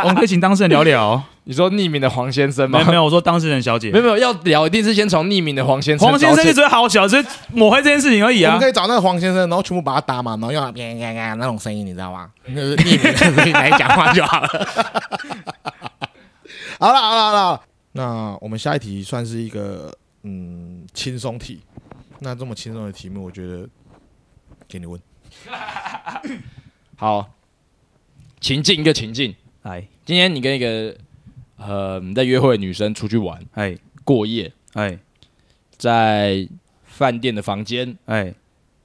S4: 我们可以请当事人聊聊。
S1: 你说匿名的黄先生
S4: 没
S1: 吗？
S4: 有没有，我说当事人小姐
S1: 没。有没有要聊一定是先从匿名的黄先生
S4: 黄
S1: 着手。
S4: 先生就只会好小，只是抹黑这件事情而已
S3: 我
S4: 啊
S3: 们可。以找那个黄先生，然后全部把他打满，然后用呀呀呀那种声音，你知道吗？就是匿名的声音来讲话就好了。好了好了好了，那我们下一题算是一个嗯轻松题。那这么轻松的题目，我觉得给你问。
S1: 好，情境一个情境，
S4: 哎
S1: 今天你跟一个呃你在约会的女生出去玩
S4: 哎
S1: 过夜，
S4: 哎
S1: 在饭店的房间，
S4: 哎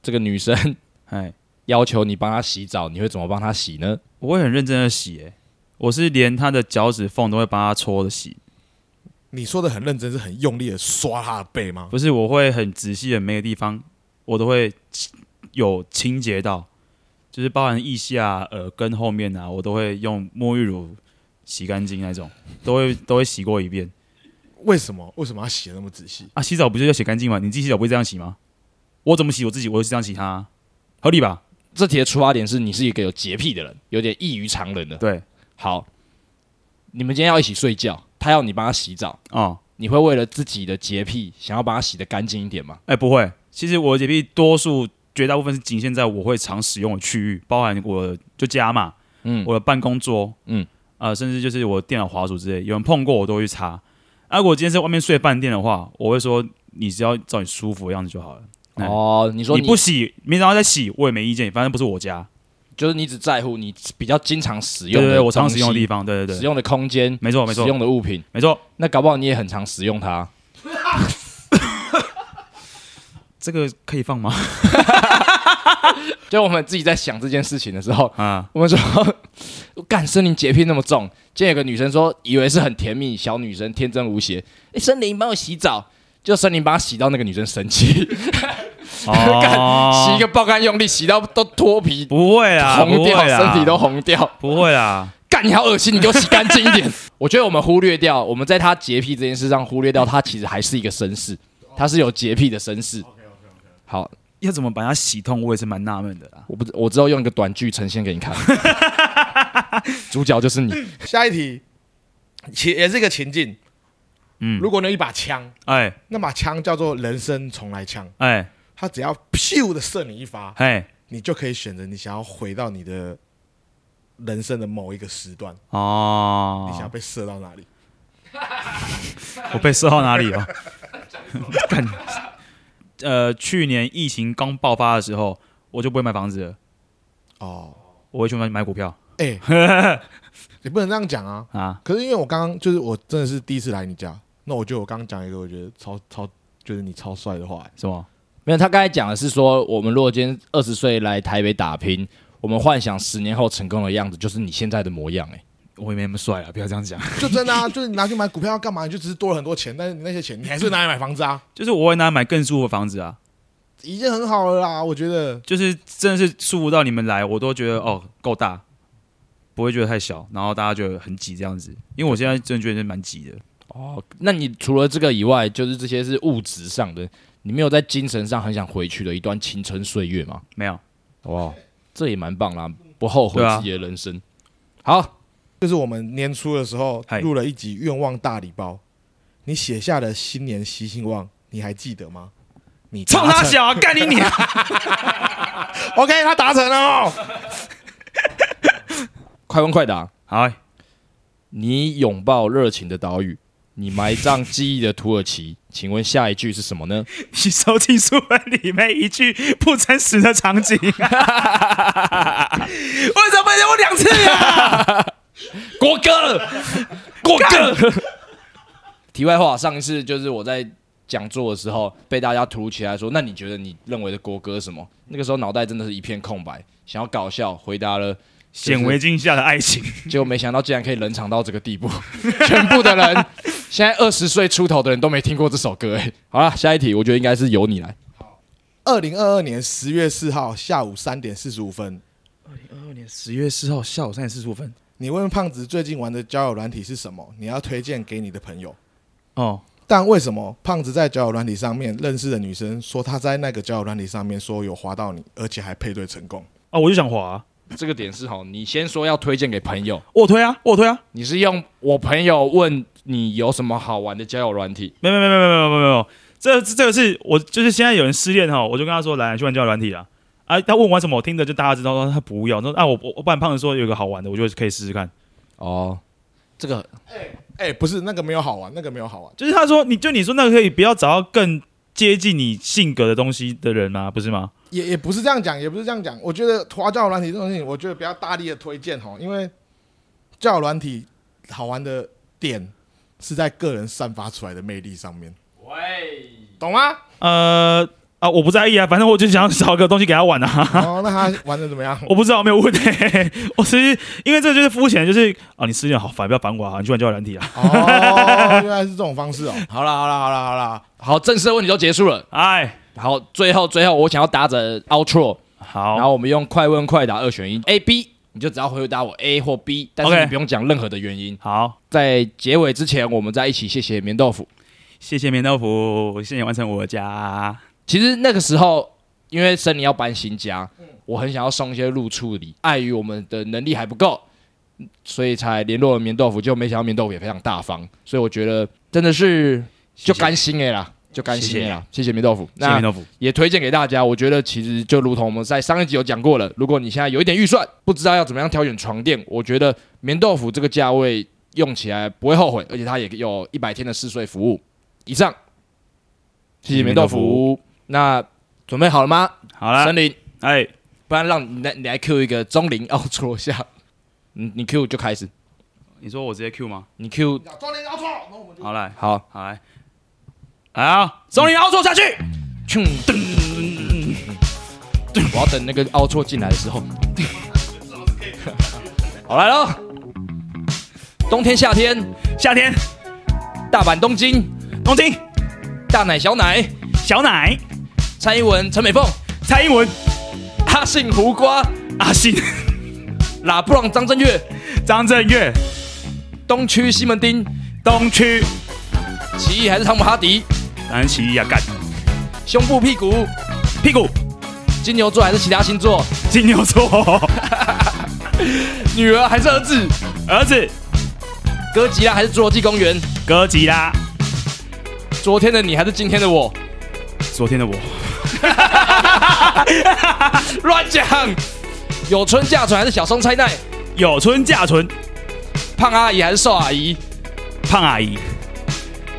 S1: 这个女生
S4: 哎，
S1: 要求你帮她洗澡，你会怎么帮她洗呢？
S4: 我会很认真的洗、哎，我是连他的脚趾缝都会帮他搓的洗，
S3: 你说的很认真，是很用力的刷他的背吗？
S4: 不是我会很仔细的每个地方我都会有清洁到，就是包含腋下、耳根后面啊，我都会用沐浴乳洗干净那种，都会都会洗过一遍
S3: 为什么？为什么要写那么仔细？
S4: 啊。洗澡不就要洗干净吗？你自己洗澡不会这样洗吗？我怎么洗我自己，我就是这样洗他、啊，合理吧？
S1: 这题的出发点是你是一个有洁癖的人，有点异于常人的。
S4: 对，
S1: 好，你们今天要一起睡觉，她要你帮她洗澡，
S4: 哦、
S1: 你会为了自己的洁癖想要把她洗得干净一点吗？
S4: 哎、不会，其实我的洁癖多数绝大部分是仅限在我会常使用的区域，包含我就家嘛，
S1: 嗯，
S4: 我的办公桌，
S1: 嗯
S4: 嗯，呃，甚至就是我电脑滑鼠之类，有人碰过我都会去擦。啊，如果今天在外面睡饭店的话，我会说你只要照你舒服的样子就好了。哎
S1: 哦，你说
S4: 你
S1: 你
S4: 不洗，明早上再洗，我也没意见，反正不是我家。
S1: 就是你只在乎你比较经常使
S4: 对
S1: 用
S4: 对
S1: 的
S4: 对，我常
S1: 东
S4: 使用的
S1: 西
S4: 地方，对对
S1: 使
S4: 对，
S1: 用的空间，
S4: 没错没错
S1: 使用的物品，
S4: 没错。
S1: 那搞不好你也很常使用它。
S4: 这个可以放吗？
S1: 就我们自己在想这件事情的时候，
S4: 啊，
S1: 我们说，干森林洁癖那么重，今天有个女生说，以为是很甜蜜小女生，天真无邪。哎，森林帮我洗澡，就森林帮她洗到那个女生生气，
S4: 哦，
S1: 洗一个爆干用力，洗到都脱皮，
S4: 不会啦，
S1: 红
S4: 不会啊
S1: 掉，
S4: 啦，
S1: 身体都红掉。
S4: 不会 啦。
S1: 干你好恶心，你给我洗干净一点。 我觉得我们忽略掉，我们在她洁癖这件事上忽略掉，她其实还是一个绅士，她是有洁癖的绅士。好，
S4: 要怎么把它洗痛，我也是蛮纳闷的啦。
S1: 我不知，我之后用一个短剧呈现给你看，主角就是你。
S3: 下一题，情也是一个情境。
S4: 嗯
S3: 如果你有一把枪，
S4: 哎
S3: 那把枪叫做人生重来枪，
S4: 哎
S3: 它只要咻的射你一发，
S4: 嘿
S3: 你就可以选择你想要回到你的人生的某一个时段，你想要
S4: 哦，
S3: 被射到哪里？
S4: 我被射到哪 里了？哦干，呃，去年疫情刚爆发的时候，我就不会买房子了，
S3: 哦，
S4: 我会去买买股票
S3: 哎、你不能这样讲啊！
S4: 啊。
S3: 可是因为我刚刚就是我真的是第一次来你家，那我觉得我刚刚讲一个我觉得超超就是你超帅的话、 欸
S4: 什么？
S1: 没有，他刚才讲的是说，我们如果今天二十岁来台北打拼，我们幻想十年后成功的样子，就是你现在的模样、欸。
S4: 我也没那么帅啊，不要这样讲。
S3: 就真的啊，就是你拿去买股票 要干嘛？你就只是多了很多钱，但是你那些钱你还是拿来买房子啊。
S4: 就是我会拿来买更舒服的房子啊。
S3: 已经很好了啦，我觉得。
S4: 就是真的是舒服到你们来，我都觉得哦够大，不会觉得太小，然后大家觉得很挤这样子。因为我现在真的觉得蛮挤的，
S1: 哦，那你除了这个以外，就是这些是物质上的，你没有在精神上很想回去的一段青春岁月吗？
S4: 没有
S1: 好不好？这也蛮棒啦，不后悔
S4: 对啊
S1: 自己的人生。好，
S3: 就是我们年初的时候
S4: 嗨
S3: 录了一集愿望大礼包，你写下的新年新希望，你还记得吗？你
S4: 冲
S3: 达
S4: 他
S3: 成
S4: 小啊，干你你
S3: ，OK，他达成了哦。
S1: 快问快答。
S4: 好欸，
S1: 你拥抱热情的岛屿，你埋葬记忆的土耳其，请问下一句是什么呢？
S4: 你收听书本里面一句不真实的场景，啊为什么要我两次啊？
S1: 国歌，国歌。题外话，上一次就是我在讲座的时候被大家突如其来说，那你觉得你认为的国歌是什么？那个时候脑袋真的是一片空白，想要搞笑，回答了，
S4: 显微镜下的爱情，
S1: 结果没想到竟然可以冷场到这个地步，全部的人 现在二十岁出头的人都没听过这首歌。哎，好了，下一题，我觉得应该是由你来。
S3: 二零二二年十月四号下午三点四十五分，
S4: 二年十月四号下午三点四十五分。
S3: 你问胖子最近玩的交友软体是什么？你要推荐给你的朋友。
S4: 哦，
S3: 但为什么胖子在交友软体上面认识的女生说她在那个交友软体上面说有滑到你，而且还配对成功？
S4: 哦，我就想滑、
S1: 这个点是好，你先说要推荐给朋友，
S4: 我推啊，我推啊，
S1: 你是用我朋友问你有什么好玩的交友软体，
S4: 没有没有没有没有没有没有没有，这这个是我就是现在有人失恋哈，我就跟他说来去玩交友软体啦。啊，他问我玩什么，我听着就大家知道说他不要。那啊，我我我不然胖子说有个好玩的，我就可以试试看。
S1: 哦，这个
S3: 哎、不是那个没有好啊玩，那个没有好玩。
S4: 就是他说你就你说那个可以不要找到更接近你性格的东西的人吗？不是吗？
S3: 也也不是这样讲，也不是这样讲。我觉得滑交友软体这种事情，我觉得不要大力的推荐哦，因为交友软体好玩的点是在个人散发出来的魅力上面，
S2: 喂，
S3: 懂吗？
S4: 呃啊，我不在意啊，反正我就想找个东西给他玩啊。
S3: 哦，那他玩的怎么样？
S4: 我不知道，我没有问、欸。我其实因为这就是肤浅，就是啊，你失恋好烦，不要烦我啊，你去玩交友软体啊。
S3: 哦，原来是这种方式哦。好啦，好啦，好啦，好啦。
S1: 好，正式的问题都结束了。
S4: 哎，
S1: 好，最后最后我想要打着 outro，然
S4: 好，
S1: 后我们用快问快答二选一，A B，你就只要回答我 A 或 B，但是
S4: OK
S1: 你不用讲任何的原因。
S4: 好，
S1: 在结尾之前，我们再一起谢谢棉豆腐。
S4: 谢谢棉豆腐，谢谢完成我的家。
S1: 其实那个时候，因为森林要搬新家，
S4: 嗯
S1: 我很想要送一些入处理，碍于我们的能力还不够，所以才联络了棉豆腐，就没想到棉豆腐也非常大方，所以我觉得真的是就甘心哎啦，就甘心哎啦，谢谢棉豆腐。
S4: 谢谢
S1: 那
S4: 棉豆腐，
S1: 也推荐给大家。我觉得其实就如同我们在上一集有讲过了，如果你现在有一点预算，不知道要怎么样挑选床垫，我觉得棉豆腐这个价位用起来不会后悔，而且它也有一百天的试睡服务。以上，谢谢棉豆
S4: 棉豆
S1: 腐。那准备好了吗？
S4: 好了
S1: 森，林，
S4: 哎，
S1: 不然让你来你来 Q 一个钟灵奥戳一下，你你 Q 就开始，
S4: 你说我直接 Q 吗？
S1: 你 Q
S3: 装点搞错，那我们就
S4: 好来，
S1: 好，
S4: 好来，来啊，终于要做下去。
S1: 冲噔我要等那个奥戳进来的时候。好来喽，冬天夏天，
S4: 夏天，
S1: 大阪东京，
S4: 东京，
S1: 大奶小奶，
S4: 小奶，
S1: 蔡英文陈美凤，
S4: 蔡英文，
S1: 阿信胡瓜，
S4: 阿信，
S1: 拉布朗张震岳，
S4: 张震岳，
S1: 东区西门町，
S4: 东区，
S1: 奇异还是汤姆哈迪，
S4: 南起义啊，干，
S1: 胸部屁股，
S4: 屁股，
S1: 金牛座还是其他星座，
S4: 金牛座，
S1: 女儿还是儿子，
S4: 儿子，
S1: 哥吉拉还是侏罗纪公园，
S4: 哥吉拉，
S1: 昨天的你还是今天的我，
S4: 昨天的我，
S1: 乱讲，有春嫁蠢还是小松菜奈，
S4: 有春嫁春，
S1: 胖阿姨还是瘦阿姨，
S4: 胖阿姨，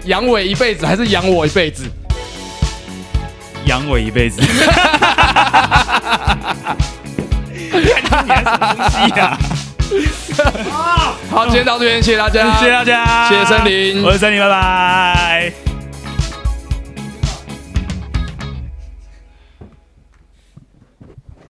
S1: 养我一辈子还是养我一辈子，
S4: 养我一辈子。看你还什么东西啊呀、
S1: 好，今天到这边，谢谢大家，
S4: 谢谢大家，
S1: 谢谢森林
S4: 我是森林，拜拜。